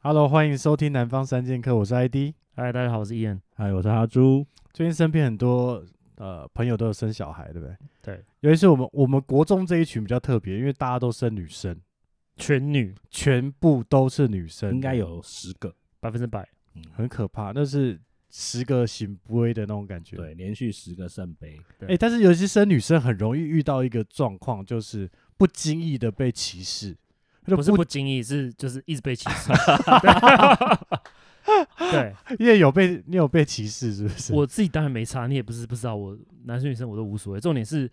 Hello，欢迎收听《南方三剑客》，我是 ID。嗨，大家好，我是 Ian。嗨，我是哈猪。最近身边很多呃朋友都有生小孩，对不对？对，尤其是我们我们国中这一群比较特别，因为大家都生女生，全女全部都是女生，应该有十个，嗯百分之百，很可怕，那是十个醒杯的那种感觉。，对，连续十个圣杯，哎、但是尤其生女生很容易遇到一个状况，就是不经意的被歧视，就不是不经意，是就是一直被歧 视。对，因为有被你有被歧视是不是？我自己当然没差，你也不是不知道，我男生女生我都无所谓。重点是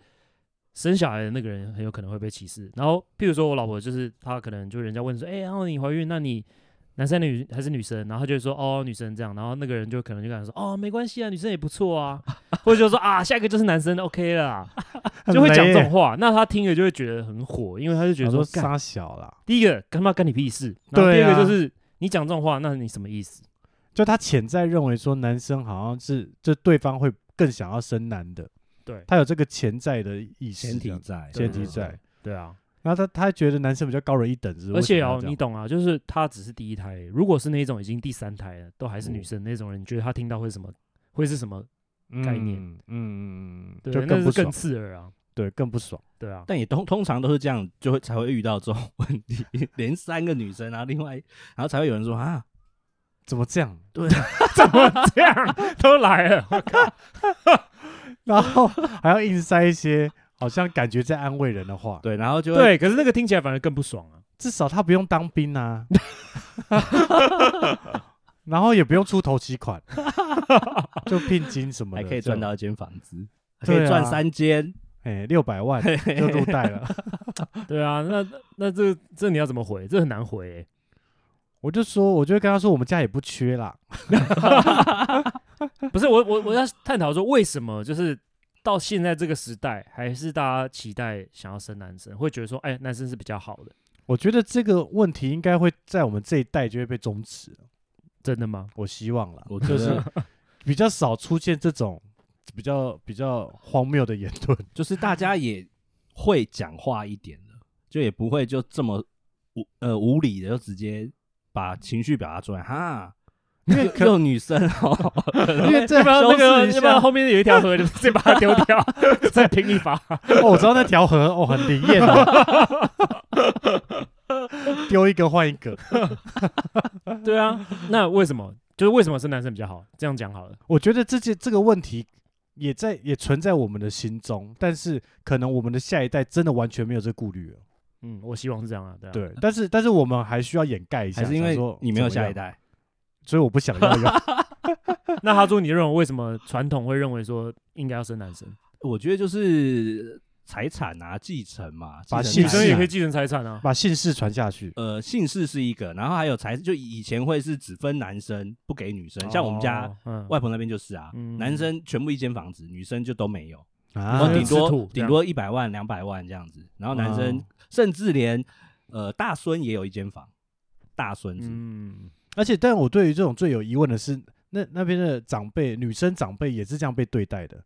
生小孩的那个人很有可能会被歧视。然后，譬如说我老婆，就是她可能就人家问说，哎、然后你怀孕，那你男生还是女还是女生？然后她就会说，哦，女生这样。然后那个人就可能就跟她说，哦，没关系啊，女生也不错啊，或者就说啊，下一个就是男生，OK 啦，很就会讲雷这欸种，话。那他听了就会觉得很火，因为他就觉得想说，说干，杀小啦，第一个干嘛干你屁事？然后对第二啊个就是你讲这种话，那你什么意思？就他潜在认为说男生好像是，就对方会更想要生男的，对他有这个潜在的意识前这提样，在，前对提对在。对啊，然后他他觉得男生比较高人一等，是为而且什么要哦，这样你懂啊，就是他只是第一胎而已，如果是那种已经第三胎了，都还是女嗯生那种人，你觉得他听到会什么？会是什么？概念嗯嗯嗯嗯，对，就那更是不更爽，刺耳啊。对，更不爽。对 啊，但也通通常都是这样，就会才会遇到这种问题，连三个女生，然后另外，然后才会有人说啊，怎么这 样？怎么这样都来 了？然后还要硬塞一些好像感觉在安慰人的话。对，然后就会对，可是那个听起来反而更不爽啊。至少他不用当兵 啊，然后也不用出头期 款，就聘金什么还的，可以赚到一间房子，还可对啊以赚三间，就哎六百万就入袋了。对啊，那那这这你要怎么回？这很难回欸、我就说，我就跟他说，我们家也不缺啦。不是我我我要探讨说，为什么就是到现在这个时代，还是大家期待想要生男生，会觉得说，哎，男生是比较好的，我觉得这个问题应该会在我们这一代就会被终止了，真的吗？我希望啦，我觉就得是比较少出现这种比较比较荒谬的言论。就是大家也会讲话一点了，就也不会就这么无呃无理的就直接把情绪表达出来哈。因为有女生哦，因为这要不要那修饰个一要不要下后面有一条河，你们 直接把它丢 掉，再拼一把？哦，我知道那条河哦，很灵验哦，丢一个换一个。对啊，那为什么？就是为什么是男生比较好？这样讲好了，我觉得这件这个问题也在也存在我们的心中，但是可能我们的下一代真的完全没有这顾虑了。嗯，我希望是这样啊，对啊，对，但是但是我们还需要掩盖一下，嗯还是因为想说你没有怎么下样一，代，所以我不想 要有。那哈猪，你认为为什么传统会认为说应该要生男生，我觉得就是财产啊、继承嘛，把继姓女承财生氏也产可以继承财产啊？把姓氏传下去。呃，姓氏是一个，然后还有财，就以前会是只分男生不给女生，像我们家哦，嗯外婆那边就是啊，嗯男生全部一间房子，女生就都没有，然啊后顶吃土多这顶样多一百万、两百万这样子，然后男生哦甚至连呃大孙也有一间房，大孙子嗯，而且，但我对于这种最有疑问的是，那那边的长辈，女生长辈也是这样被对待的，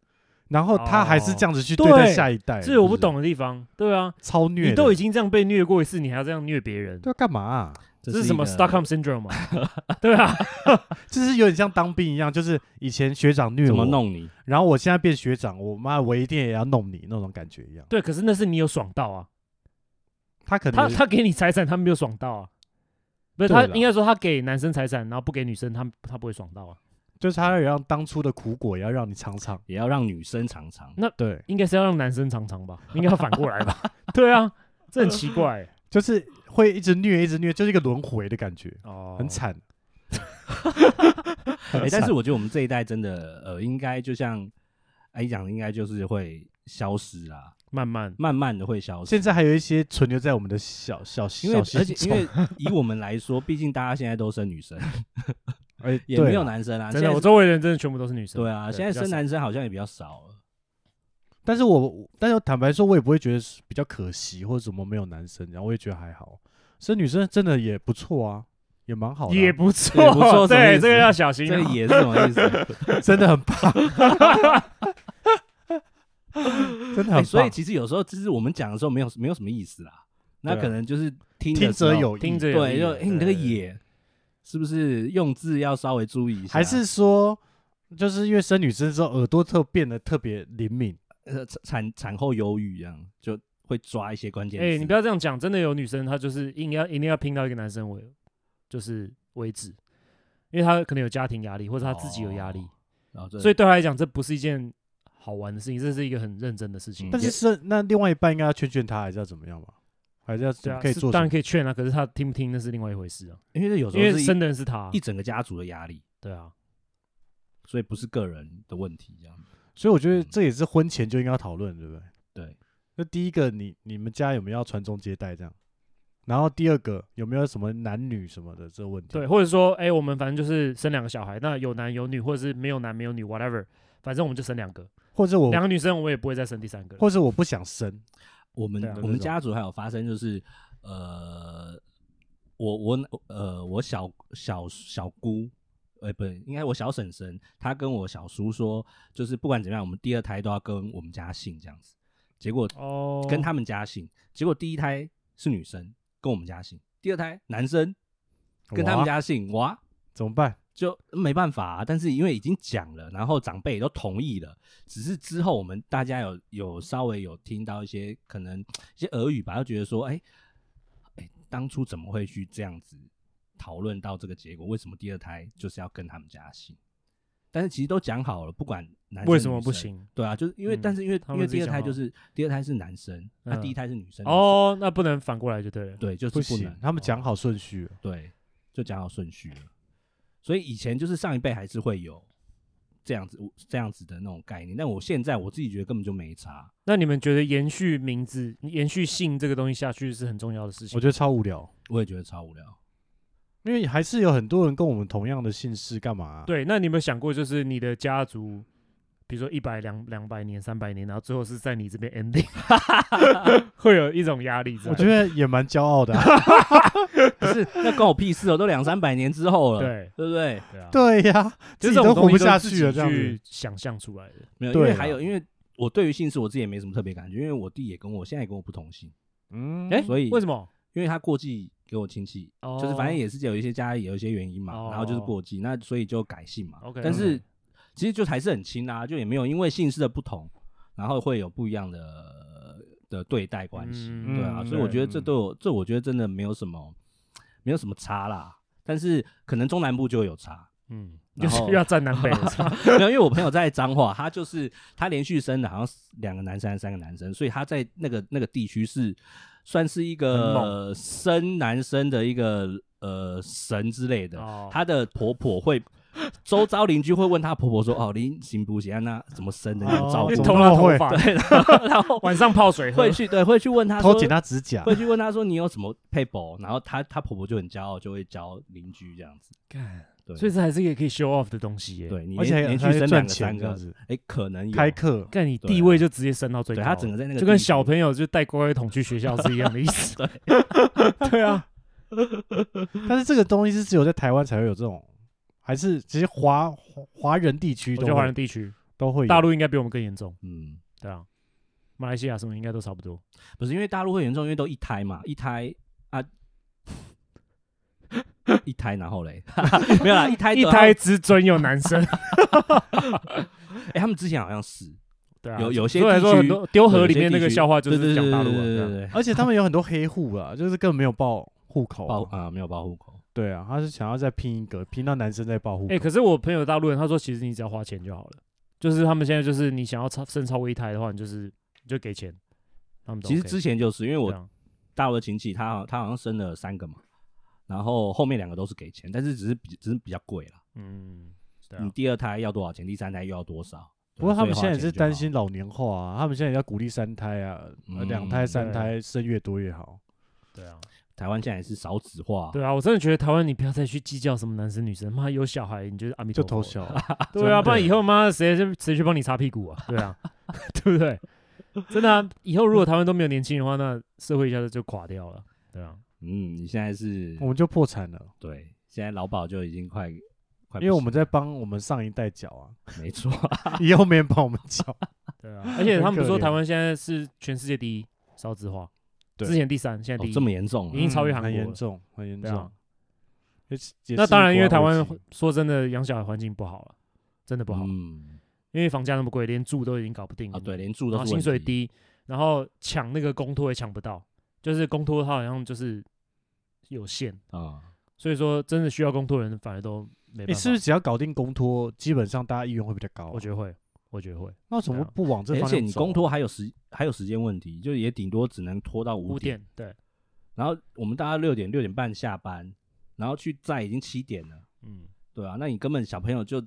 然后她还是这样子去对待哦对下一代，这是我不是，懂的地方。对啊，超哎虐的，你都已经这样被虐过一次，你还要这样虐别人，对啊干嘛啊？这是什么一个 Stockholm syndrome 嘛？ 对啊，就是有点像当兵一样，就是以前学长虐我，怎么，弄你？然后我现在变学长，我妈我一定也要弄你那种感觉一样。对，可是那是你有爽到啊，他可他能他给你财产，他没有爽到啊。不是对他啦应该说他给男生财产，然后不给女生，他他不会爽到啊。就是他要让当初的苦果也要让你尝尝，也要让女生尝尝。对，应该是要让男生尝尝 吧，应该要反过来吧？ 对啊，这很奇怪、就是会一直虐，一直虐，就是一个轮回的感觉，哦很。惨。 哎、很但是惨我觉得我们这一代真的呃，应该就像哎讲，应该就是会消失啦，慢慢，慢慢的会消失。现在还有一些存留在我们的小小因小为心而且因中为以我们来说，毕竟大家现在都生 女生，哎也没对有啦男生啊。真现的，在我周围的人真的全部都是女生。对啊，现在比较生少男生好像也比较少 了。但是我，但是我坦白说，我也不会觉得是比较可惜或者什么没有男生，然后我也觉得还好，生女生真的也不错啊，也蛮好的啊、也不错，也不错什么意对，思这个要小这心、个啊。也是什么意思？啊 真的 很棒，真的很哎棒。所以其实有时候就是我们讲的时候没有没有什么意思啦，那对啊可能就是听的听时候者有意 听着有对，意就哎啊哎你这个对也是不是用字要稍微注意一下？啊还是说，就是因为生女生之后耳朵特变得特别灵敏？呃产产产后忧郁一样，就会抓一些关键字。哎、你不要这样讲，真的有女生她就是硬要一定要拼到一个男生为就是为止，因为她可能有家庭压力，或者她自己有压力，然后这所以对她来讲这不是一件好玩的事情，这是一个很认真的事情。嗯但是也是那另外一半应该要劝劝他，还是要怎么样吧？还是要对啊，可以是做什当然么？可以劝啊，可是她听不听那是另外一回事啊，因为这有时因为候是生的人是她一，一整个家族的压力，对啊，所以不是个人的问题，这样所以我觉嗯得这也是婚前就应该要讨论，对不对？对。那第一个，你你们家有没有要传宗接代这样？然后第二个，有没有什么男女什么的这个问题？对，，或者说哎、我们反正就是生两个小孩，那有男有女，或者是没有男没有女，whatever，反正我们就生两个，或者哦我两个女生我们也不会再生第三个了。或者我不想生，我们、对啊我们那种家族还有发生就是，呃，我我呃我小小小姑，呃、不应该我小婶婶，她跟我小叔说，就是不管怎么样，我们第二胎都要跟我们家姓这样子。结果哦，跟他们家姓，结果第一胎是女生跟我们家姓，第二胎男生跟他们哇家姓，哇，啊怎么办？就没办法、啊，但是因为已经讲了，然后长辈也都同意了，只是之后我们大家有有稍微有听到一些可能一些俄语吧，就觉得说，哎、哎、当初怎么会去这样子讨论到这个结果？为什么第二胎就是要跟他们家姓？但是其实都讲好了，不管男生为什么女不生？行？对啊，就是因为、嗯但是因为他因们为自己第二胎讲好就是第二胎是男生，那、嗯第一胎是女生，哦，那不能反过来就对了。对，就不是不能哦行，他们讲好顺序了，对，就讲好顺序了。所以以前就是上一辈还是会有这样子这样子的那种概念，但我现在我自己觉得根本就没差。那你们觉得延续名字、延续姓这个东西下去是很重要的事情？我觉得超无聊，我也觉得超无聊。 因为还是有很多人跟我们同样的姓氏，干嘛啊、对，那你有没有想过，就是你的家族，比如说一百、两两百年、三百年，然后最后是在你这边 ending，会有一种压力在。我觉得也蛮骄傲的啊、可是那关我屁事哦，都两三百年之后了，对对不对？对啊，对呀、自就己是这种都东活西不都下是去了，这自己样子。去想象出来的。没有，因对为啦还有因为我对于姓氏我自己也没什么特别感觉，因为我弟也跟我现在也跟我不同姓，嗯，哎、所以为什么？因为他过继给我亲戚，哦就是反正也是有一些家里有一些原因嘛，哦然后就是过继，那所以就改姓嘛。 OK，但是 OK 其实就还是很亲啊，就也没有因为姓氏的不同，然后会有不一样的的对待关系，嗯对啊。嗯所以我觉得这对对我这我觉得真的没有什么没有什么差啦，但是可能中南部就有差。 嗯，就然是后又要站南北了是吧没有，因为我朋友在彰化，他就是他连续生了好像两个男生还是三个男生，所以他在那个那个地区是算是一很个猛生男生的一个呃神之类的。哦，她的婆婆会，周遭邻居会问她婆婆说：“哦，你行不行？那怎么生的？你怎么照哦你怎顾头么那发么头会 发，对，然后然后晚上泡水喝会，去对会去问她说偷剪他指甲，会去问她说你有什么配宝，然后她她婆婆就很骄傲，就会教邻居这样子。干对所以这还是一个可以 show off 的东西耶。，对你而且连还连续还生两赚个钱三这样个，子，哎，可能有开课看你对地啊位就直接升到最高对了，他整个在那个就跟地小区朋友就带乖乖桶去学校是一样的意思。 对啊，但是这个东西是只有在台湾才会有这种，还是其实华华华人地区都我觉得华会人地区，都会有大陆应该比我们更严重，嗯，对啊，马来西亚什么应该都差不多。不是因为大陆会严重，因为都一胎嘛，一胎啊，一胎然后嘞，没有啦，一胎一得胎只准有男生，哎、他们之前好像是对啊，有有些所以来说地很区多丢河有里些面那地个区笑话就对对是讲对大陆对啊对对对啊，对对， 而且他们有很多黑户 啊，就是根本没有报户口报啊、啊、没有报户口，对啊，他是想要再拼一个，拼到男生再报户口。啊哎，可是我朋友大陆人他说，其实你只要花钱就好了，就是他们现在就是你想要超生超过一胎的话，你就是你就给钱，他们都其实 OK 之前就是因为对我啊大陆的亲戚，他好他好像生了三个嘛，然后后面两个都是给钱，但是只是比只是比较贵啦。嗯，对你啊，第二胎要多少钱，第三胎又要多少？啊不过他们所现以在花也钱是就担好心老年化啊，他们现在也要鼓励三胎啊，呃嗯两、胎、三对胎生越多越好。对啊。台湾现在也是少子化、对啊，我真的觉得台湾你不要再去计较什么男生女生，妈有小孩你就是阿弥就投陀佛。 小，对啊，真的不然以后妈谁谁谁去帮你擦屁股啊？对啊， 对不对？真的啊，以后如果台湾都没有年轻人的话，那社会一下子就垮掉了。对啊，嗯，你现在是我们就破产了，对，现在劳保就已经快快不行了，因为我们在帮我们上一代缴啊，没错， 以后没人帮我们 缴。对啊，而且他们很可说怜台湾现在是全世界第一少子化，对之前第三，现在哦第一。这么严重、已经啊，超越嗯韩很国严了重，很严对啊重。也是也那啊是当然，因为国台安危湾机说真的，养小孩环境不好了，真的不好，嗯，因为房价那么贵，连住都已经搞不嗯定了。啊，对，连住然都后是薪水问题，低，然后抢那个公托也抢不到，就是公托它好像就是有限，啊，所以说真的需要公托的人反而都没你办法。是不是只要搞定公托，基本上大家意愿会比较高啊、我觉得会，我觉得会那为什么不往这而方且向你走啊？公托还有时还有时间问题，就也顶多只能拖到五五点，点对，然后我们大家六点六点半下班，然后去载已经七点了，嗯，对啊，那你根本小朋友就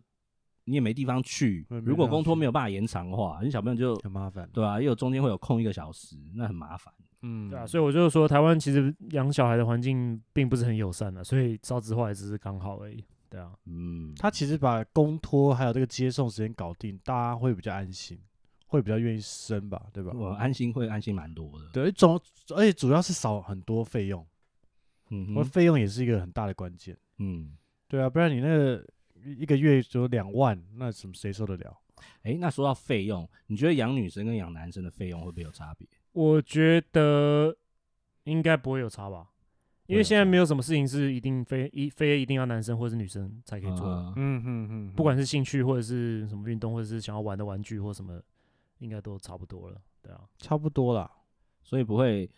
你也没地方去对没，如果地方公托去没有办法延长的话，你小朋友就很麻烦。对啊，又中间会有空一个小时，那很麻烦。嗯对啊，所以我就说台湾其实养小孩的环境并不是很友善啊的，所以少子化也只是刚好而已。对啊，嗯，他其实把公托还有这个接送时间搞定，大家会比较安心，会比较愿意生吧，对吧？我安心会安心蛮多的。对，总而且主要是少很多费用，嗯我哼费用也是一个很大的关键。嗯，对啊，不然你那个一个月只有两万，那什么谁受得了？哎，那说到费用，你觉得养女生跟养男生的费用会不会有差别？我觉得应该不会有差吧，因为不会有现在差没有什么事情是一定非一非一定要男生或是女生才可以做的。嗯嗯哼哼，不管是兴趣或者是什么运动，或者是想要玩的玩具或什么，应该都差不多了。对啊，差不多啦。所以不会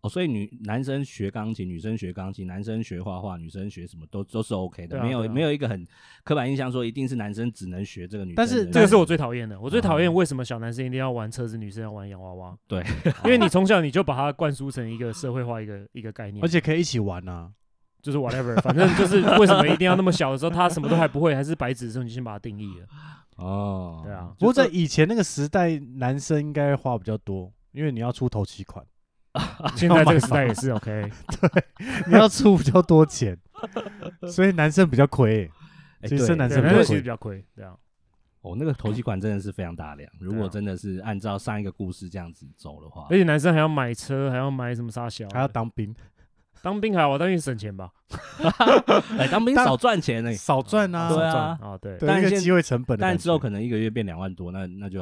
哦，所以女男生学钢琴，女生学钢琴，男生学画画，女生学什么都都是 OK 对的，啊没有、对啊没有一个很刻板印象说一定是男生只能学这个女生的。但是这个是我最最讨厌的。我最讨厌嗯为什么小男生一定要玩车子，女生要玩洋娃娃？对，因为你从小你就把它灌输成一个社会化一个一个概念，而且可以一起玩啊，就是 whatever，反正就是为什么一定要那么小的时候，他什么都还不会，还是白纸的时候，你先把它定义了。哦，对啊，不过在以前那个时代，男生应该花比较多，因为你要出头期款，现在这个时 代也是 OK，你要出比较多 钱，所以男生比较亏欸、哎，其实对生男对生男比较生其实亏比较亏，对啊，哦，那个投机款真的是非常大量。如对果啊真的是按照上一个故事这样子走的话而，且男生还要买车，还要买什么沙小啊的，还要当兵，当兵还好，当兵省钱吧？哎，当兵当少赚钱呢、少赚啊，对啊少赚啊，对，对，但那个现机会成本的感但觉，之后可能一个月变两万多，那那就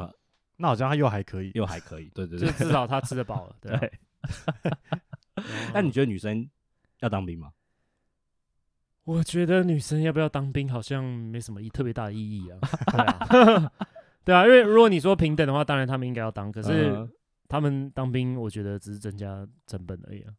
那好像他又还可以，又还可以。对对就对。至少他吃得饱了，对啊。 对然后那你觉得女生要当兵吗？我觉得女生要不要当兵好像没什么意特别大的意义 啊。对啊，对啊，因为如果你说平等的话，当然他们应该要当，可可呃是他们当兵，我觉得只是增加成本而已啊。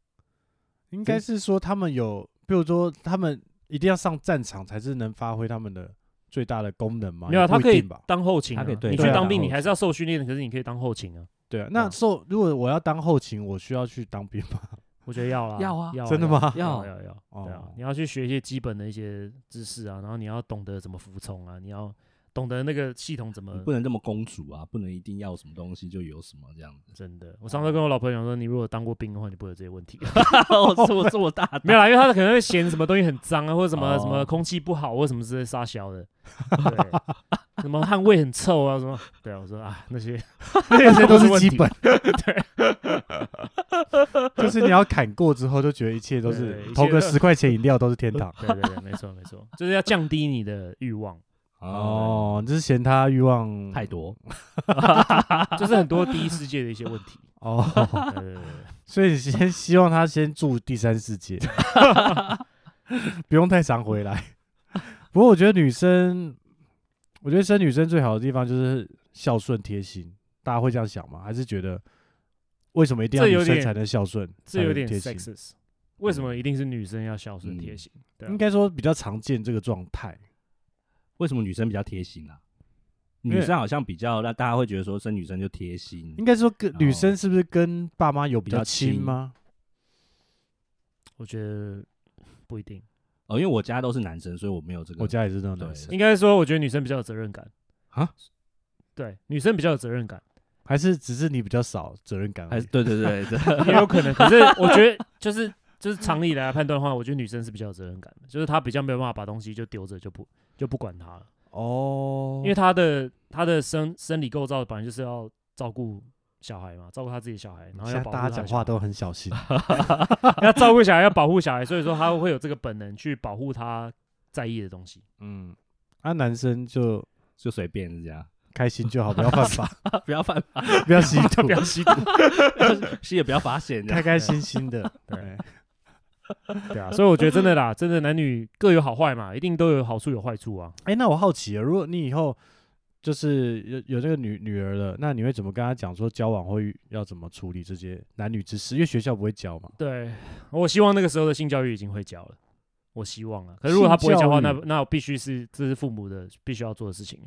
应该是说他们有，比如说他们一定要上战场才是能发挥他们的最大的功能嘛？没有啊，也不他一可以定吧？当后勤啊，他可以对你对去啊当兵，当你还是要受训练的，可是你可以当后勤啊。对啊，对那啊受如果我要当后勤，我需要去当兵 吗？我觉得要啦，要啊要真的吗要要要要，哦对啊，你要去学一些基本的一些知识啊，然后你要懂得怎么服从啊，你要懂得那个系统怎么你不能这么公主啊，不能一定要什么东西就有什么这样子。真的，我上次跟我老朋友说，你如果当过兵的话，你不会有这些问题。我这么这么大胆没有啦，因为他可能会嫌什么东西很脏啊，或者什么哦什么空气不好，或者什么之类撒小的，对，什么汗味很臭啊，什么。对啊，我说啊，那些 那这些些都是是问基题 本，对，就是你要砍过之后，就啊觉得一切都对是一投切个 都。十块钱饮料都是天堂对对对，没错没错，就是要降低你的欲望，哦，哦，你就是嫌他欲望太多。就是很多第一世界的一些问 题。哦，对对对对所以你先希望他先住第三世界， 不用太常回来。不过我觉得女生，我觉得生女生最好的地方就是孝顺贴心，大家会这样想吗？还是觉得为什么一定要这女有生点才能孝顺，这有点才能贴心？ sexist。为什么一定是女生要孝顺嗯贴心？对啊嗯应该说比较常见这个状态。为什么女生比较贴心啊？因女为生好像比较让大家会觉得说生女生就贴心应，该说跟哦然女后生是不是跟爸妈有比比较较亲亲吗？我觉得不一定。哦，因为我家都是男生，所以我没有这个。我家也是这种男对生，应该说，我觉得女生比较有责任感啊。对，女生比较有责任感，还是只是你比较少责任感而还是已？对对对对，也有可能。 可是我觉得，就是就是常理来判断的话，我觉得女生是比较有责任感的，就是她比较没有办法把东西就丢着就不就不管它了，哦，因为她的她的生生理构造本来就是要照顾小孩嘛，照顾她自己的小孩，然后现要在保护大家她的讲小话孩都很小心。要照顾小孩，要保护小孩，所以说她会有这个本能去保护她在意的 东西。嗯，啊，男生就 就随便是这样，开心就好，不要犯 法，不要犯法，不要吸不毒，要吸毒，是也不要发现这 开样。开心心的。哎对对，对啊，所以我觉得真的啦，真的男女各有好坏嘛，一定都有好处有坏处啊。哎、那我好奇了，如果你以后就是有有这个女女儿了，那你会怎么跟她讲说交往会要怎么处理这些男女之事？因为学校不会教嘛。对，我希望那个时候的性教育已经会教了，我希望啊。可是如果他不会教的话，性那教育那必须是这是父母的必须要做的事情啊。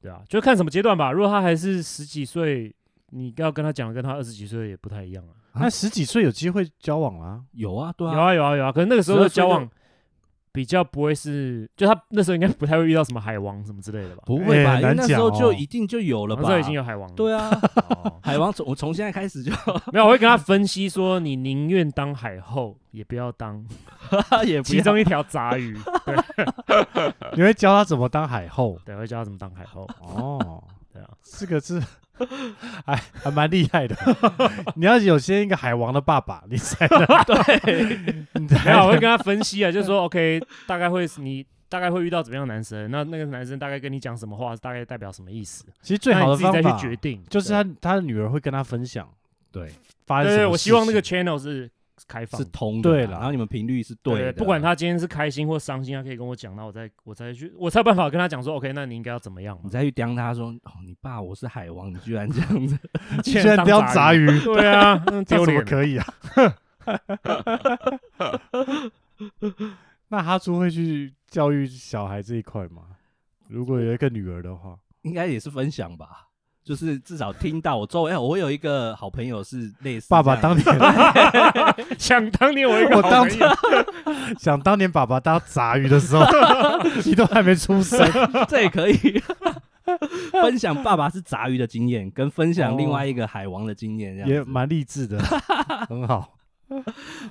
对啊，就看什么阶段吧。如果他还是十几岁，你要跟他讲，跟他二十几岁也不太一样啊。那十几岁有机会交往啦、 有啊，对有啊，啊有啊有啊，可是那个时候的12交岁就往比较不会是，就他那时候应该不太会遇到什么海王什么之类的吧？不会吧？哎因为难那时候讲哦就一定就有了我吧？那时候已经有海王了。对啊，哦海王从我从现在开始就没有，我会跟他分析说，你宁愿当海后，也不要当也不其要中一条杂鱼。对你会教她怎么当海后对，会教他怎么当海后。哦。对啊，这个是 还还蛮厉害 的。你要有先一个海王的爸爸，你才能对， 你才 没有，我会能跟他分析啊，就是说，OK，大概会你大概会遇到怎么样的男生，那那个男生大概跟你讲什么话，大概代表什么意思，其实最好那的你自己方再法去决定。就是他他的女儿会跟他分享对，发生什对对对，么我希望那个事 channel 是开放是的。通的，对啦了，然后你们频率是对，的，不管他今天是开心或伤心，他可以跟我讲，那我再我再去，我才有办法跟他讲说，OK，那你应该要怎么 样嘛你？再去刁他说，哦，你爸我是海王，你居然这样子，情，你居然当钓杂杂鱼，对啊，嗯这丢样怎么脸啊。可以啊？ 那哈猪会去教育小孩这一块吗？如果有一个女儿的话，应该也是分享吧。就是至少听到我周围，哎我有一个好朋友是类似爸爸这当样年 想当年我一个我好当朋友，想当年爸爸当杂鱼的时候， 你都还没出生，这也可以分享爸爸是杂鱼的经验，跟分享另哦外一个海王的经验，这也样子蛮励志的，很好。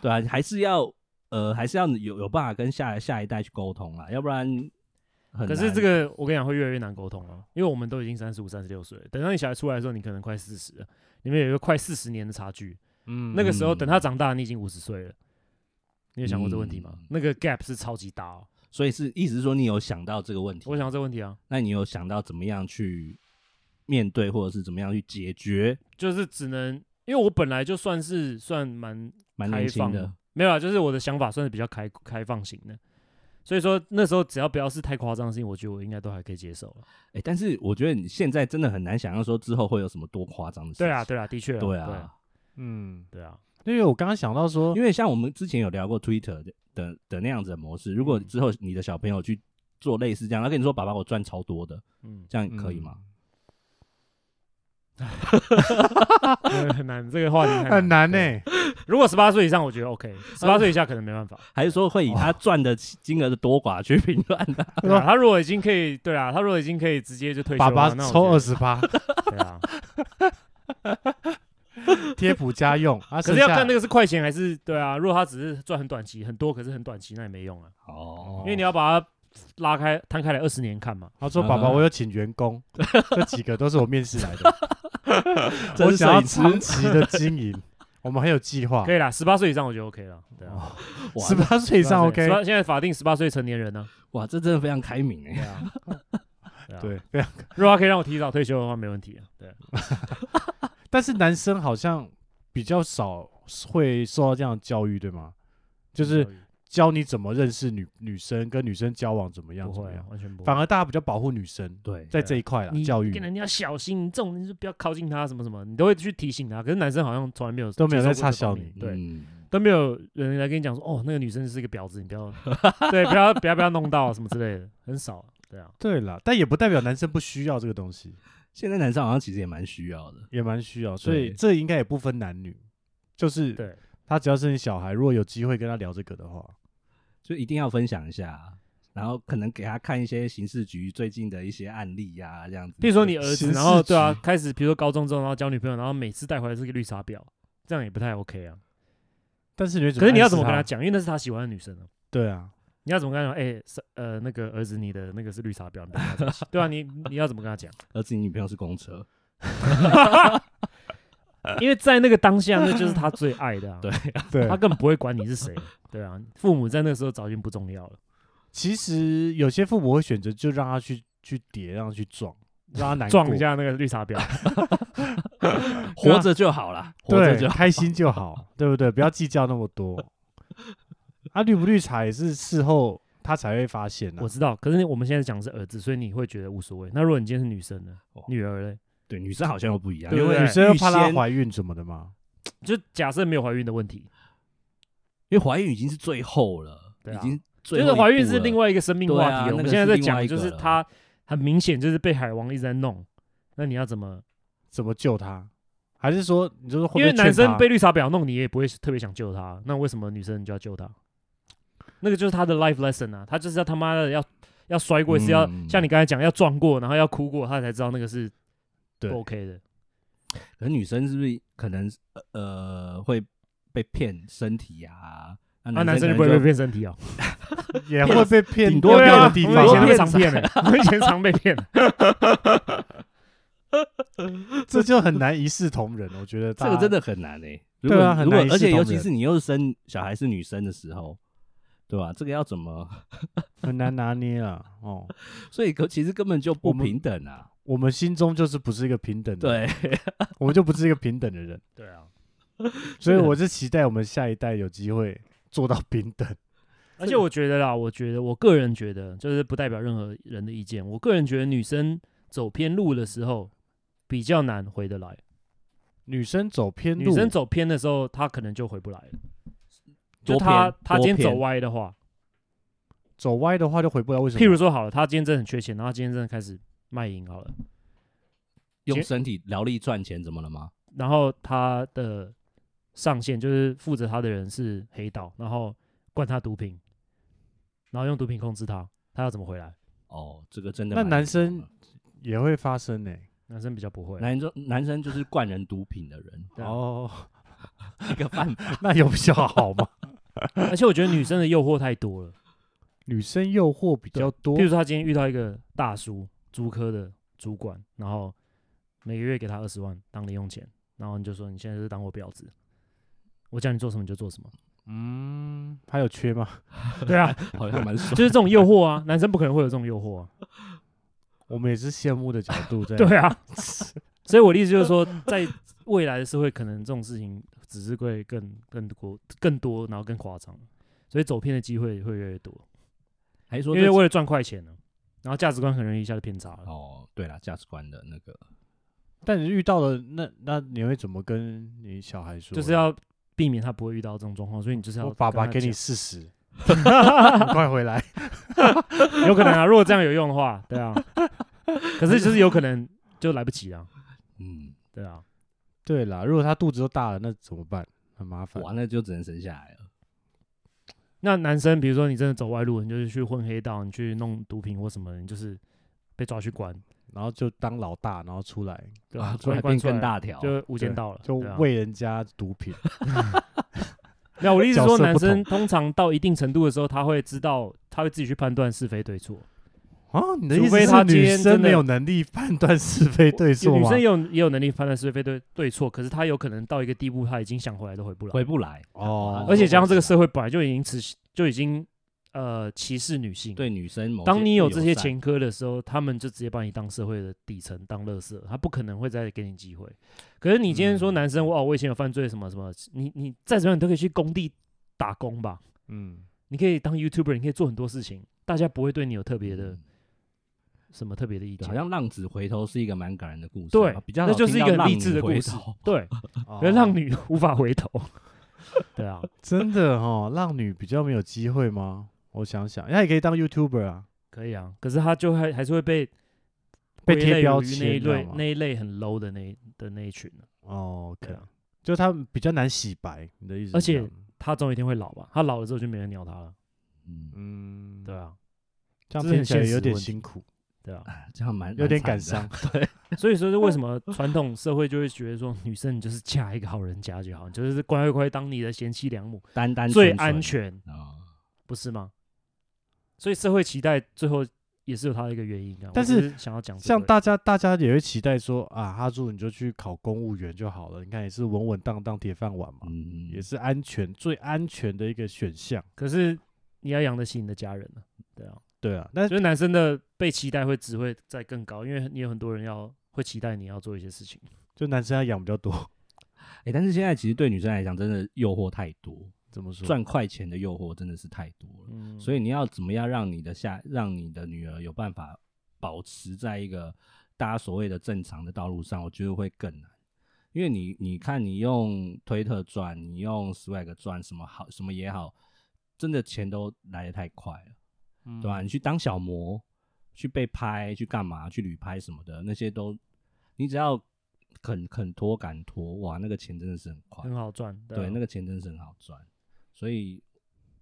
对啊，还是要呃，还是要有有办法跟下下一代去沟通啦，要不然很可是难这个我跟你讲会越来越难沟通啊，因为我们都已经三十五、三十六岁了，等到你小孩出来的时候，你可能快四十了，你们有一个快四十年的差距。嗯那个时候等他长大，你已经五十岁了，你有想过这个问题吗嗯？那个 gap 是超级大哦。所以是意思是说你有想到这个问题，我想到这个问题啊，那你有想到怎么样去面对，或者是怎么样去解决？就是只能因为我本来就算是算蛮蛮开年轻放的，没有啊，就是我的想法算是比较开开放型的，所以说那时候只要不要是太夸张的事情，我觉得我应该都还可以接受了。哎、但是我觉得你现在真的很难想象说之后会有什么多夸张的事情。对啊，，对啊，的确啊，对对啊，嗯，对啊，因为我刚刚想到说因，为像我们之前有聊过 Twitter 的的的那样子的模式，如果嗯之后你的小朋友去做类似这样，他跟你说：“爸爸，我赚超多的， 嗯，这样可以吗？”很难，这个话题太很难呢、嗯对如果十八岁以上，我觉 得 OK；十八岁以下可能没办法。还是说会以哦他赚的金额的多寡去评论 的？ 对啊，他如果已经可以，对啊，他如果已经可以直接就退休爸了，爸那我抽觉二得十八，对啊。贴补家用啊， 可是要看那个，个是快钱还是对啊。如果他只是赚很短期，很多可是很短期，那也没用啊，哦因为你要把它拉开摊开来二十年看嘛。他说爸爸，嗯我有请员工，这几个都是我面试来的，这我是想摄要影师长期的经营，我们很有计划可，以啦，十八岁以上我觉得 OK 了。对啊，哇哦十八岁以上18岁 OK， 18现在法定十八岁成年人呢。哇，这真的非常开明哎、对啊，啊对，非常。如果他可以让我提早退休的话，没问题啊。对啊，但是男生好像比较少会受到这样的教育，对吗？就是嗯教你怎么认识女女生，跟女生交往怎么样不怎么会啊样，，完全不会反。而大家比较保护女生，啊对，在这一块啦你，教育跟人家小心，你这种人就不要靠近他，什么什么，你都会去提醒他。可是男生好像从来没有都没有接受在过插这方小面你对，嗯都没有人来跟你讲说，哦，那个女生是一个婊子，你不 要，对，不要不要不要弄到什么之类的，很少，对啊，对啦，但也不代表男生不需要这个东西，现在男生好像其实也蛮需要的。也蛮需要，所以对这应该也不分男女，就是对，他只要是你小孩，如果有机会跟他聊这个的话，就一定要分享一下，然后可能给他看一些刑事局最近的一些案例呀、这样子。比如说你儿刑子，事然后对啊局，开始比如说高中之后，然后交女朋友，然后每次带回来是个绿茶婊，这样也不太 OK 啊。但是你会怎可是你要怎么跟暗他示讲？因为那是他喜欢的女生啊。他？对 啊，你要怎么跟他讲？哎、是呃，那个儿子，你的那个是绿茶婊，你不要跟他在一起对啊，你你要怎么跟他讲？儿子，你女朋友是公车，因为在那个当下，那就是他最爱的啊。 对对他，根本不会管你是谁，对啊，父母在那个时候早已经不重要了。其实有些父母会选择就让他去去叠，让他去撞，让他难过撞一，下那个绿茶婊，活着就好了，活着对就，好。 开心就好，对不对？不要计较那么多。啊，绿不绿茶也是事后他才会发现啊我。知道，可是我们现在讲的是儿子，所以你会觉得无所谓。那如果你今天是女生呢哦？女儿嘞？对，女生好像又不一样，对因不为对女生又怕预她先怀孕什么的吗？就假设没有怀孕的问题，因为怀孕已经是最后了，对啊已经就最后是怀孕是一另步了外一个生命话对啊题了。我那们个现在是在另讲外的一就个是了她很明显就是被海王一直在弄，那你要怎么？怎么救她？还是说你就是会不因为会劝男生她被绿茶婊弄，你也不会特别想救他，那为什么女生你就要救他？那个就是他的 life lesson 啊，他就是要他妈的要要摔过一次，要嗯像你刚才讲要撞过，然后要哭过，他才知道那个是不对 OK 的。可是女生是不是可能呃呃会被骗身体啊？那那男生就不会被骗身体哦，也会被骗顶多多对骗啊，的地方我们以前啊被常骗的，我们以前常被骗。这就很难一视同仁。我觉得这大个啊家真的很难诶、如对果啊很如果难一视而且同尤其仁是你又生小孩是女生的时候，对吧、这个要怎么？很难拿捏啊。哦，所以可其实根本就不我们平等啊。我们心中就是不是一个平等的，对，我们就不是一个平等的人。嗯 对啊，所以我是期待我们下一代有机会做到平等。而且我觉得啦，我觉得我个人觉得，就是不代表任何人的意见。我个人觉得女生走偏路的时候比较难回得来，女生走偏女路，生走偏的时候，她可能就回不来了。就多她偏她多今天走偏歪的话，走歪的话就回不来。为什么？譬如说好了，她今天真的很缺钱，然后她今天真的开始卖淫好了，用其身体劳力赚钱，怎么了吗？然后她的上线就是负责她的人是黑道，然后灌她毒品，然后用毒品控制她，她要怎么回来？哦，这个真的那蛮男严重生的也会发生呢、男生比较不会，男生男生就是灌人毒品的人，对啊哦， 一个犯法。那有比较好吗？ 而且我觉得女生的诱惑太多了。女生诱惑比较多譬，如说，他今天遇到一个大叔，租科的主管，然后每个月给他二十万当零用钱，然后你就说你现在就是当我 婊子，我叫你做什么你就做什么。嗯，还有缺吗？ 对啊， 好像蛮爽就。是这种诱惑啊，男生不可能会有这种诱惑啊。我们也是羡慕的角度 在。对啊，所以我的意思就是说，在未来的社会，可能这种事情只是会更更多、更多，然后更夸张，所以走偏的机会会越来越多，还是因说这为为了赚快钱呢、然后价值观很容易一下就偏差了。哦，对了，价值观的那个，但你遇到了那那你会怎么跟你小孩说？就是要避免他不会遇到这种状况，所以你就是要我爸爸跟他给你讲，四 十，你快回来。有可能啊，如果这样有用的话，对啊，可是就是有可能就来不及啊，嗯， 对啊，对啦，如果他肚子都大了，那怎么办？很麻烦。完了就只能生下来了。那男生比如说你真的走歪路，你就是去混黑道，你去弄毒品或什么，你就是被抓去关，然后就当老大，然后出来对吧、出关一来关变出来更，大条，就无间对道了，就对啊喂人家毒 品。没有，我的意思是说，角色男不同生通常到一定程度的时候，他会知道，他会自己去判断是非对错。啊，你的除意思非是他今女天生真的没有能力判断是非对错女吗生？也有也有能力判断是非对对错，可是她有可能到一个地步，她已经想回来都回不来。回不来。哦而且加上这个会社会本来就已经持续就已经呃歧视女性。，对女生某些当你有不这些友善，前科的时候，他们就直接把你当社会的底层当垃圾，他不可能会再给你机会。可是你今天说嗯男生，哦，我以前有犯罪什么什么，你你再怎么样你都可以去工地打工吧，嗯，你可以当 YouTuber，你可以做很多事情，大家不会对你有特别的嗯什么特别的意对见好。像浪子回头是一个蛮感人的故事啊，对比较那少就是一听到个浪励女志的回故事 头对， 可哦是让女 无法回头。对啊，真的哦，让女比较没有机会吗？我想想，她也可以当 YouTuber 啊，可以啊，可是他就还还是会被 被归贴类标于那一签知道类吗那一类很 low 的那的那一群啊哦，OK，对啊就她比较难洗白，你的意思是而这且样？他总有一天会老吧？他老了之后就没人鸟他了。嗯，嗯，对，啊，这样这是听起来现实有点问题辛苦，对啊，这样蛮有点感。蛮伤。 所以说是为什么嗯传统社会就会觉得说，女生你就是嫁一个好人家就好，你就是乖乖当你的贤妻良母惨的单单最纯纯安全，啊，不是吗？所以社会期待最后也是有它的一个原因啊。我但只是是想要讲这像个大家，大家也会期待说啊，哈柱你就去考公务员就好了，你看也是稳稳当当铁饭碗嘛，嗯，也是安全最安全的一个选项。可是你要养得起你的家人啊，对啊，对啊，但就是男生的被期待会只会再更高，因为你有很多人要会期待你要做一些事情。就男生要养比较多，哎、但是现在其实对女生来讲，真的诱惑太多，怎么说？赚快钱的诱惑真的是太多了。嗯，所以你要怎么样让你的下，让你的女儿有办法保持在一个大家所谓的正常的道路上，我觉得会更难。因为你你看，你用推特赚，你用 Swag 赚，什么好什么也好，真的钱都来得太快了。以对吧、你去当小模，去被拍，去干嘛，去旅拍什么的，那些都，你只要肯肯拖敢拖，哇，那个钱真的是很快，嗯很好赚，啊对，那个个钱真的是很好赚，所以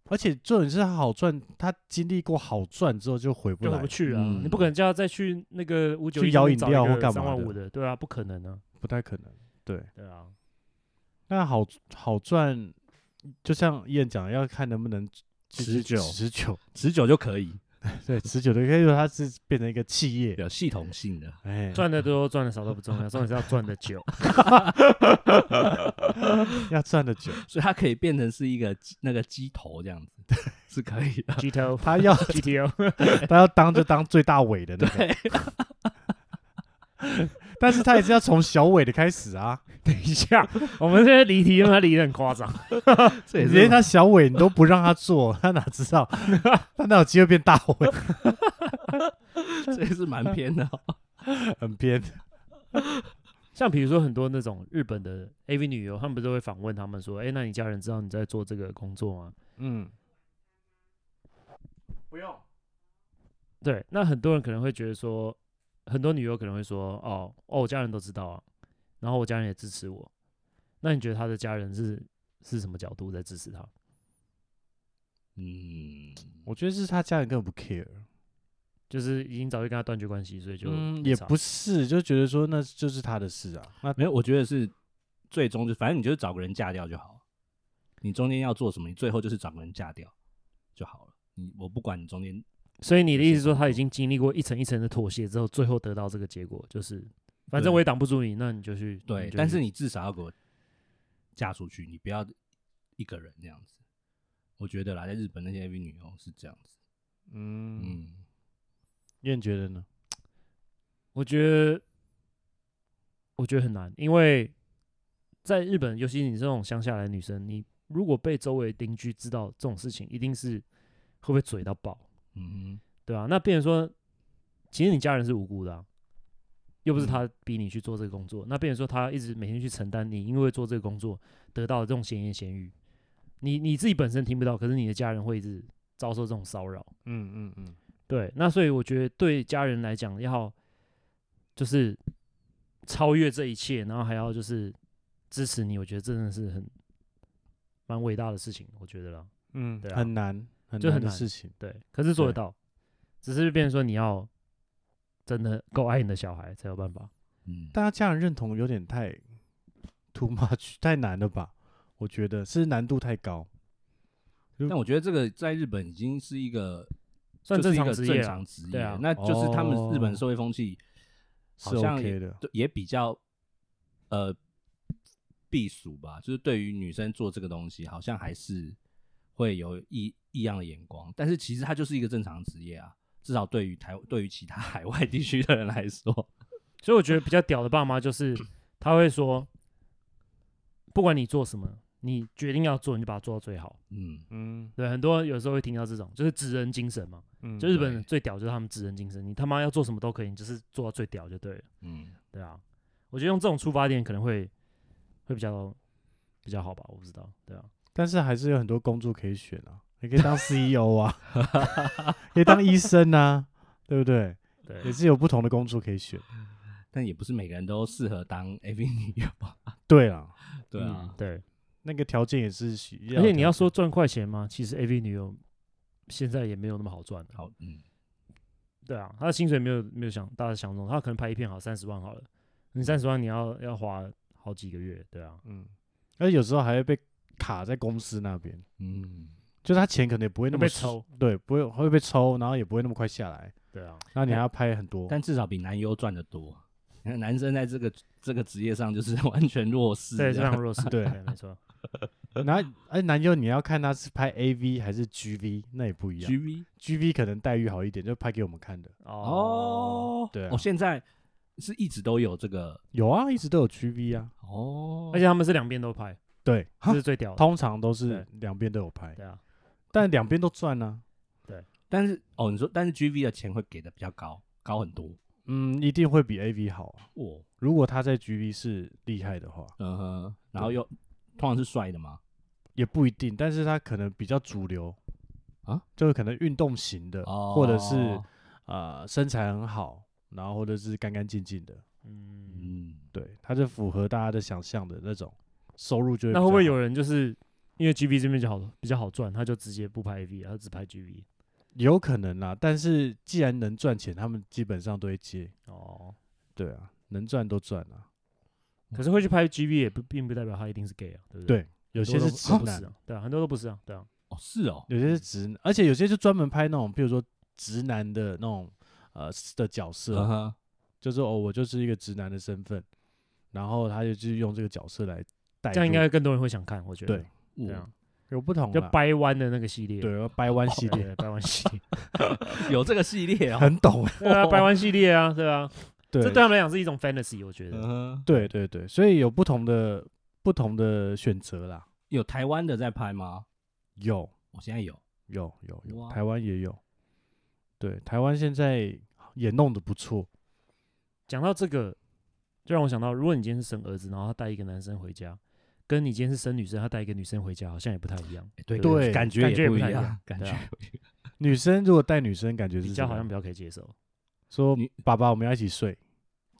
而且重点是他好赚，他经历过好赚之后就回不就回来不，去了啊，嗯你不可能叫他再去那个五九去摇饮料或干三嘛万的五的，对啊，不可能啊，不太可能。对，对啊，那好好赚，就像燕讲的，要看能不能持久持久，持久就可以， 对，持久的可以说它是变成一个企业，有系统性的，哎，赚的多赚的少都不重要，重点是要赚的 久，要赚的久，所以它可以变成是一个鸡那个鸡头这样子，是可以的。 GTO 他要 GTO 他要当就当最大尾的那个， 但是他也是要从小尾的开始 啊，等一下，我们这离题，因为他离得很夸张，这也你连是他小尾你都不让他做，他哪知 道？他哪有机会变大尾？这也是蛮偏的 哦、很偏，像比如说很多那种日本的 AV 女优，他们不是都会访问他们说：“哎、那你家人知道你在做这个工作吗 嗯，不用，？”对，那很多人可能会觉得说，很多女优可能会说：“哦，哦，我家人都知道啊，然后我家人也支持我。”那你觉得他的家人是是什么角度在支持他？嗯，我觉得是他家人根本不 care，就是已经早就跟他断绝关系，所以就、嗯，也不是，就觉得说那就是他的事啊，那没有，我觉得是最终就反正你就是找个人嫁掉就好了。你中间要做什么，你最后就是找个人嫁掉就好了。你我不管你中间所以你的意思说，他已经经历过一层一层的妥协之后，最后得到这个结果，就是反正对我也挡不住你，那你就去对，就但去是你至少要给我嫁出去，你不要一个人这样子。我觉得啦，在日本那些 AV 女优是这样子。嗯，嗯，燕觉得呢？我觉得，我觉得很难，因为在日本，尤其你这种乡下来的女生，你如果被周围邻居知道这种事情，一定是会被嘴到爆，嗯对啊，那变成说，其实你家人是无辜的、啊，又不是嗯他逼你去做这个工作，那变成说他一直每天去承担你因为做这个工作得到的这种闲言闲语，你你自己本身听不到，可是你的家人会一直遭受这种骚扰。嗯嗯嗯，对，那所以我觉得对家人来讲，要就是超越这一切，然后还要就是支持你，我觉得真的是很蛮伟大的事情，我觉得啦。嗯对，啊很难，很就难很的难事情。对，可是做得对到，只是变成说你要真的够爱你的小孩才有办法。嗯，大家家人认同有点太 too much，太难了吧？我觉得是难度太高。但我觉得这个在日本已经是一个算就正是一常个职正业常啊，职对业啊，那就是他们日本哦社会风气是好像 OK 也的对也比较呃避暑吧，就是对于女生做这个东西，好像还是会有异异样的眼光。但是其实它就是一个正常职业啊，至少对于台对于其他 海外地区的人来说，所以我觉得比较屌的爸妈就是 他会说，不管你做什么，你决定要做，你就把它做到最好。嗯，嗯对，很多有时候会听到这种，就是职人精神嘛。嗯就日本对人最屌就是他们职人精神，你他妈要做什么都可以，你就是做到最屌就对了，嗯，对啊。我觉得用这种出发点可能会会比较比较好吧，我不知道，对啊。但是还是有很多工作可以选啊，你可以当 CEO 啊， 可以当医生啊，对不对？对也是有不同的工作可以选。但也不是每个人都适合当 AV 女优 吧？对啊，对啊，对，那个条件也是需要。而且你要说，赚快钱吗？其实 AV 女友现在也没有那么好赚的，啊好，嗯，对啊，她的薪水没有没有想大家想中，她可能拍一片好三十万好了，你三十万你要要花好几个月，对啊，嗯，而且有时候还会被卡在公司那边，嗯，就是他钱可能也不会那会么被顺抽，对，不会会被抽，然后也不会那么快下来，对啊，然后你还要拍很多。但至少比男优赚的多。 男生在这个这个职业上就是完全弱势这对，样，非常弱势， 对没错，然后，哎，男优你要看他是拍 AV 还是 GV，那也不一样。 GV GV 可能待遇好一点，就拍给我们看的。哦，哦，对啊我、现在是一直都有这个有啊，一直都有 GV 啊。哦而且他们是两边都拍，对，这是最屌的。通常都是两边都有拍，对啊，但两边都赚啊呢、但是哦，你说但是 GV 的钱会给的比较高，高很多嗯，一定会比 AV 好啊、哦，如果他在 GV 是厉害的话，嗯哼，然后又通常是帅的嘛，也不一定，但是他可能比较主流啊，就是可能运动型的，啊哦，或者是呃身材很好，然后或者是干干净净的，嗯，嗯，对，他是符合大家的想象的那种，收入就会那会不会比较有好人就是因为 GV 这边就好比较好赚，他就直接不拍 AV，他只拍 GV？有可能啦？但是既然能赚钱，他们基本上都会接，哦，对啊，能赚都赚啊，可是会去拍 GV 也不并不代表他一定是 gay 啊，对不对？对对，，有些是直不男是，啊，对啊，很多都不是啊，对啊，哦是哦，有些是直男，而且有些就专门拍那种，譬如说直男的那种呃的角色，嗯哼，就是哦，我就是一个直男的身份，然后他就去用这个角色来带入，这样应该更多人会想看，我觉得。对对哇啊，有不同就啦，掰弯的那个系列，对，掰弯系对，列 对掰弯系 列，有这个系列哦，很懂，对啊，掰弯系列啊，对啊，对这对他们来讲是一种 fantasy，我觉嗯得。哼，对对对，所以有不同的不同的选择啦，有台湾的在拍吗？有我现在有，有有有，哇台湾也有，对，台湾现在也弄得不错，讲到这个，就让我想到，如果你今天是生儿子，然后他带一个男生回家，跟你今天是生女生，他带一个女生回家，好像也不太一样，哎对对感觉感觉也不不一太一样样，感对觉啊不一样女生如果带女生，感觉是比这较个好像样比较可以接受。说你爸爸我们要一起睡，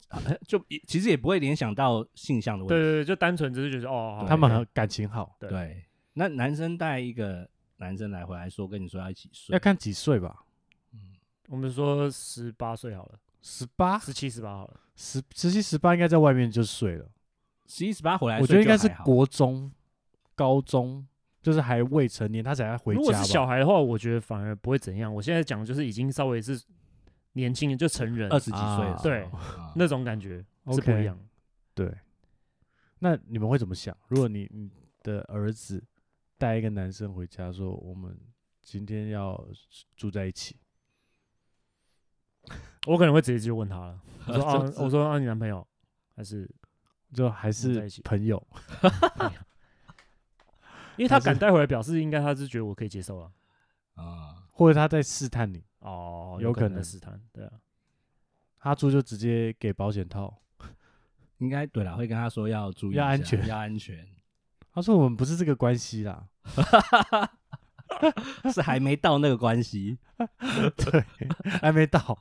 哎就也其实也不会联想到性向的对问题，对对，就单纯只是觉得哦，好他们对很感情好，对对，那男生带一个男生来回来说跟你说要一起睡要，看几岁吧，我们说十八岁好了，十八、十七十八好了，十十七、十八应该在外面就睡了。十一十八回来我觉睡就还好，得应该是国中、高中，就是还未成年，他才要回如家果吧是小孩的话，我觉得反而不会怎样。我现在讲就是已经稍微是年轻人，就成人二十几岁的时啊候，对啊那种感觉是 OK 不一样的。对，那你们会怎么想？如果你你的儿子带一个男生回家，说我们今天要住在一起，我可能会直接就问他 了，我说这啊，这我说啊，你男朋友还是就还在是一起朋友？因为他还是敢带回来，表示应该他是觉得我可以接受了。啊，或者他在试探你？哦，有可可能试探，对啊，阿朱就直接给保险套。应该对啦，会跟他说要注意一要下安全要安全，他说我们不是这个关系啦，是还没到那个关系，对，还没到。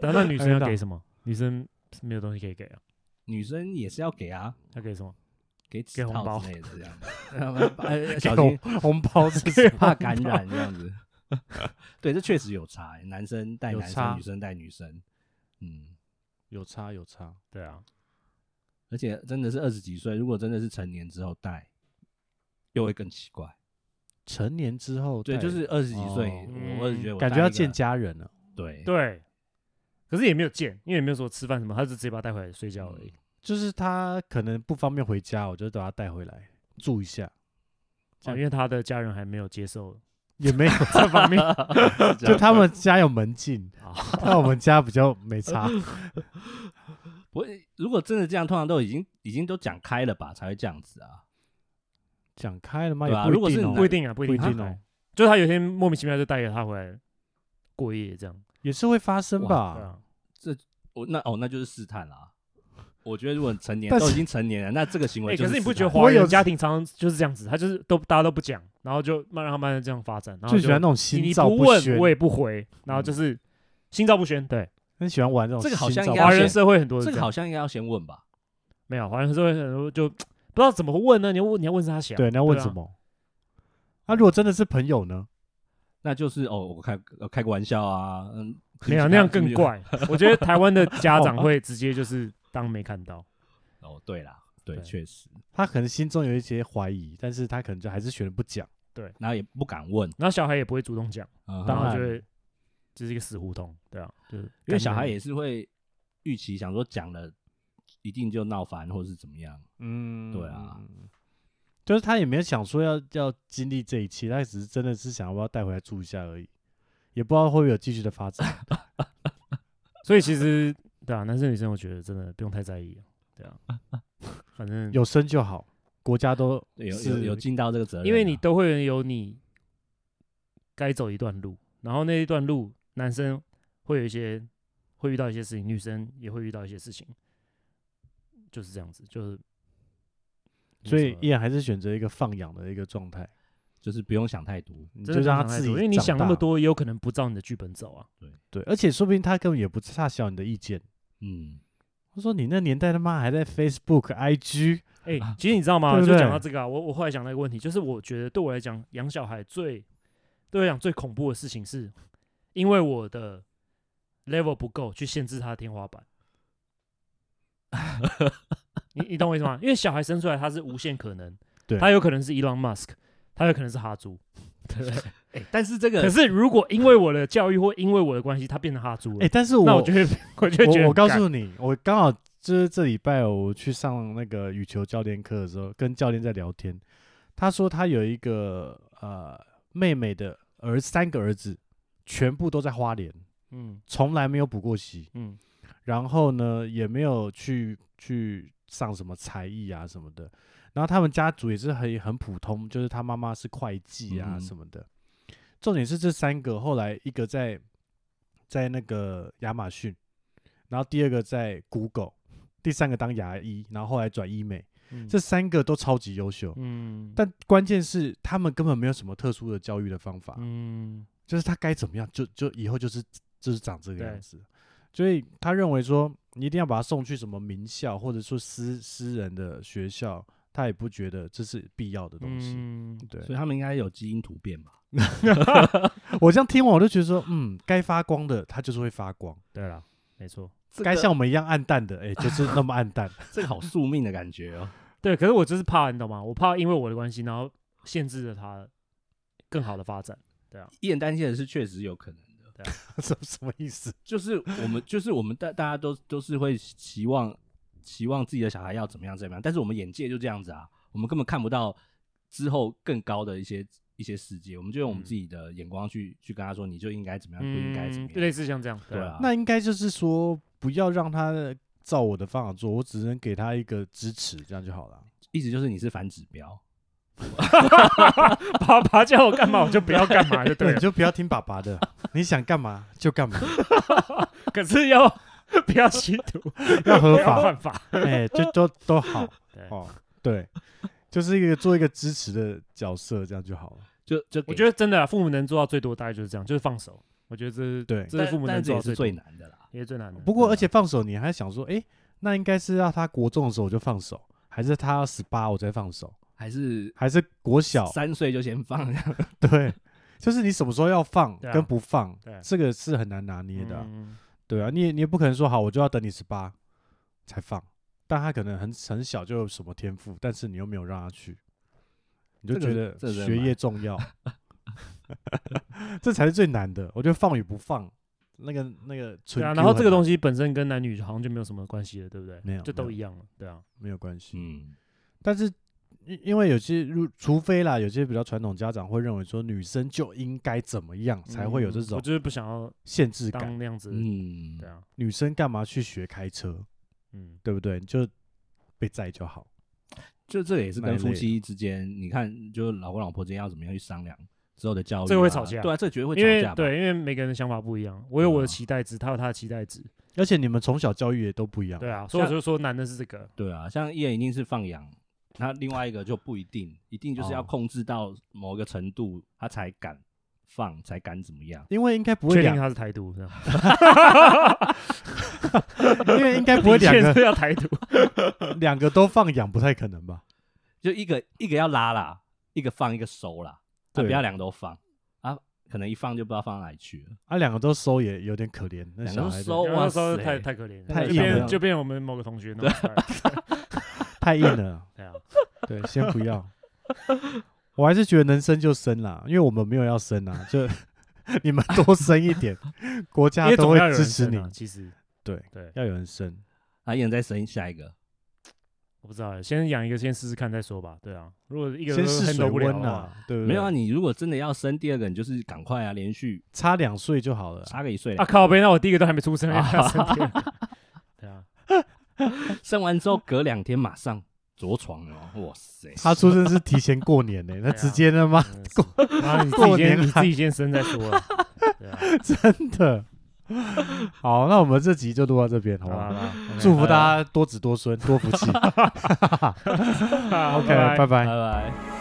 但哎那女生还没要到给什么？女生是没有东西可以给啊，女生也是要给啊，要给什么？给给纸红套包之类的这样子 让他们把，呃小给心红红包是什么 怕感染这样子。 对，这确实有差欸，男生带有男差生，女生带女生，嗯，有差有差，对啊，而且真的是二十几岁，如果真的是成年之后带，又会更奇怪。成年之后对，带就是二十几岁，哦嗯我二十几岁，我感觉带要一个见。家人了，对对。可是也没有见，因为也没有说吃饭什么，他就直接把他带回来睡觉而已。就是他可能不方便回家，我就把他带回来住一 下，这哦，样因为他的家人还没有接受也 没有这方面，就他们家有门禁哦啊，但我们家比较 没差。不会，如果真的这样，通常都已经已经都讲开了吧，才会这样子啊。讲开了吗？对啊也如不果一是定哦不一定啊，不一不一定啊定哦，，就他有一天莫名其妙就带着他回来过夜这样，也是会发生对吧。啊，我那哦，那就是试探啦。我觉得如果成年但是都已经成年了，那这个行为哎，就可是是你试探、不觉得我华有人家庭常常就是这样子，他就是都大家都不讲，然后就慢让他慢慢这样发展，然后最喜欢那种心你照不宣问，我，也不回，然嗯后就是心照不宣。对，很喜欢玩这种这个好像心照应该不华人宣是社会很多是这个样好像应该要先问吧？没有华人社会很多就不知道怎么问呢？你要问你要问他想对，那问什？啊么？那如果真的是朋友呢？那就是哦，我开呃开个玩笑啊，嗯，没有是不是那样是不更是 怪。我觉得台湾的家哦长会直接就是当没看到，哦，对啦，对，对确实，他可能心中有一些怀疑，但是他可能就还是选择不讲。然后也不敢问，然后小孩也不会主动讲，嗯哼当后然就会就是一个死胡同，对啊，就是因为小感孩觉也是会预期想说讲了一定就闹翻或是怎么样，嗯对啊，就是他也没有想说要要经历这一切，他只是真的是想要不要带回来住一下而已，也不知道会不会有继续的发 展。所以其实 对啊，男生女生我觉得真的不用太在意啊，对啊，反正有生就好，国家都有有是有尽到这个责任啊，因为你都会有你该走一段路，然后那一段路男生会有一些会遇到一些事情，女生也会遇到一些事情，就是这样子，就是没所以什么依然还是选择一个放养的一个状态，就是不用想太多，你真就的让想他太自己多因为你长想那么大多，也有可能不照你的剧本走啊。对，而且说不定他根本也不差小你的意见。嗯，他说你那年代他妈还在 Facebook、IG，哎、其实你知道吗？啊对不就讲对到这个啊，我我后来想到一个问题，就是我觉得对我来讲，养小孩最对我来讲最恐怖的事情是，因为我的 level 不够，去限制他的天花 板。你你懂我意思吗？因为小孩生出来他是无限可能，对他有可能是 Elon Musk，他有可能是哈猪，对不对？哎，但是这可个是如果因为我的教育或因为我的关系，他变成哈猪哎、了，但是我那我就会 我就会觉得我我告干诉你，我刚好就是这礼拜我去上那个羽球教练课的时候，跟教练在聊天，他说他有一个呃妹妹的儿三个儿子，全部都在花莲，嗯从来没有补过习，嗯然后呢也没有去去上什么才艺啊什么的，然后他们家族也是很很普通，就是他妈妈是会计啊嗯什么的。重点是这三个后来一个在在那个亚马逊，然后第二个在 Google，第三个当牙医，然后后来转医美，嗯这三个都超级优秀。嗯但关键是他们根本没有什么特殊的教育的方法，嗯就是他该怎么样，就就以后就是就是长这个对样子。所以他认为说，你一定要把他送去什么名校，或者说私私人的学校，他也不觉得这是必要的东西。嗯对所以他们应该有基因突变吧？我这样听完，我就觉得说，嗯，该发光的它就是会发光，对了，没错。该这个像我们一样暗淡的，哎、就是那么暗 淡。这个好宿命的感觉哦，对，可是我就是怕，你懂吗？我怕因为我的关系，然后限制了他更好的发展。一人担心的是确实有可能。什什么意思？就是我们，就是我们大大家都都是会期望期望自己的小孩要怎么样怎么样，但是我们眼界就这样子啊，我们根本看不到之后更高的一些一些世界，我们就用我嗯们自己的眼光去、去跟他说，你就应该怎么样，不应该怎嗯么，样，类似像这样，对啊，那应该就是说，不要让他照我的方法做，我只能给他一个支持，这样就好了。意思就是你是反指标，啊 爸爸叫我干嘛，我就不要干嘛，啊就对 对，你了。就不要听爸爸的，你想干嘛就 干嘛，可是要不要吸毒，要合不要法，犯法。 哎、就都都好对，哦。对，就是一个做一个支持的角色，这样就好了。就就我觉得得真的啊，父母能做到最多，大概就是这样，就是放手。我觉得这是对嗯这是父母能这做也到是最最多，难的啦，也是最难的。不过，对啊而且放手，你还想说，哎、那应该是要他国中的时候我就放手，还是他要十八我再放手，还是还是国小？三岁就先放，对，就是你什么时候要放对啊跟不放，对这个是很难拿捏的啊、嗯对啊，你也你也不可能说好，我就要等你十八才放，但他可能很很小就有什么天赋，但是你又没有让他去，你就这觉个得这个真的学蛮业重 要，这才是最难的。我觉得放与不放，那个那个对纯 Q 很难，啊，然后这个东西本身跟男女好像就没有什么关系了，对不对？没有就都没有一样了。对啊，没有关系， 嗯，但是因因为有些如除非啦，有些比较传统家长会认为说女生就应该怎么样才会有这嗯我种就是不想要限制感，当那样子。嗯对，啊，女生干嘛去学开车，嗯。对不对？你就被载就好。就这个也是蛮跟累的夫妻之间，你看，就老公老婆之间要怎么样去商量之后的教育啊、这个会吵架对啊，这个绝对会因为吵架吧，对，因为每个人的想法不一样，我有对啊我的期待值，他有他的期待值，而且你们从小教育也都不一样。对啊，所以我像就说难的是这个，对啊，像艺人一定是放养，那另外一个就不一定，一定就是要哦控制到某一个程度，他才敢放，才敢怎么样。因为应该不会确定两，他是台独，这样因为应该 不会两确定个是要台独，两个都放养，不太可能吧？就一个一个要拉啦，一个放，一个收啦，啊、对不要两个都放啊，可能一放就不知道放哪里去了。啊，两个都收也有点可怜，那两个小都孩子 收哇哦那时候塞太太可怜了，太就硬变了就变我们某个同学那种 style，太硬了。对啊，对，先不要。我还是觉得能生就生啦，因为我们没有要生啊，就 你们多生一点，国因家为都总会要有人支持生你啊。其实对，对，要有人生，啊，一人再生下一个，我不知道欸，先养一个，先试试看再说吧，对啊，如果一个先都试 handle 水不了温的话，啊，对不对？没有啊？，你如果真的要生第二个，你就是赶快啊，连续差两岁就好了。差个一岁啊啦靠呗，那我第一个都还没 出生，啊要生第二个对啊，生完之后隔两天马上着床了哦，哇塞！他出生是提前过年呢、他对啊直接的吗？真 的是妈你自己过年先你还自己先生再说 了，对啊，真的。好，那我们这集就录到这边，好好啊不吧好？好吧，祝福大家多子多孙，多福气。家 OK，拜拜拜。拜。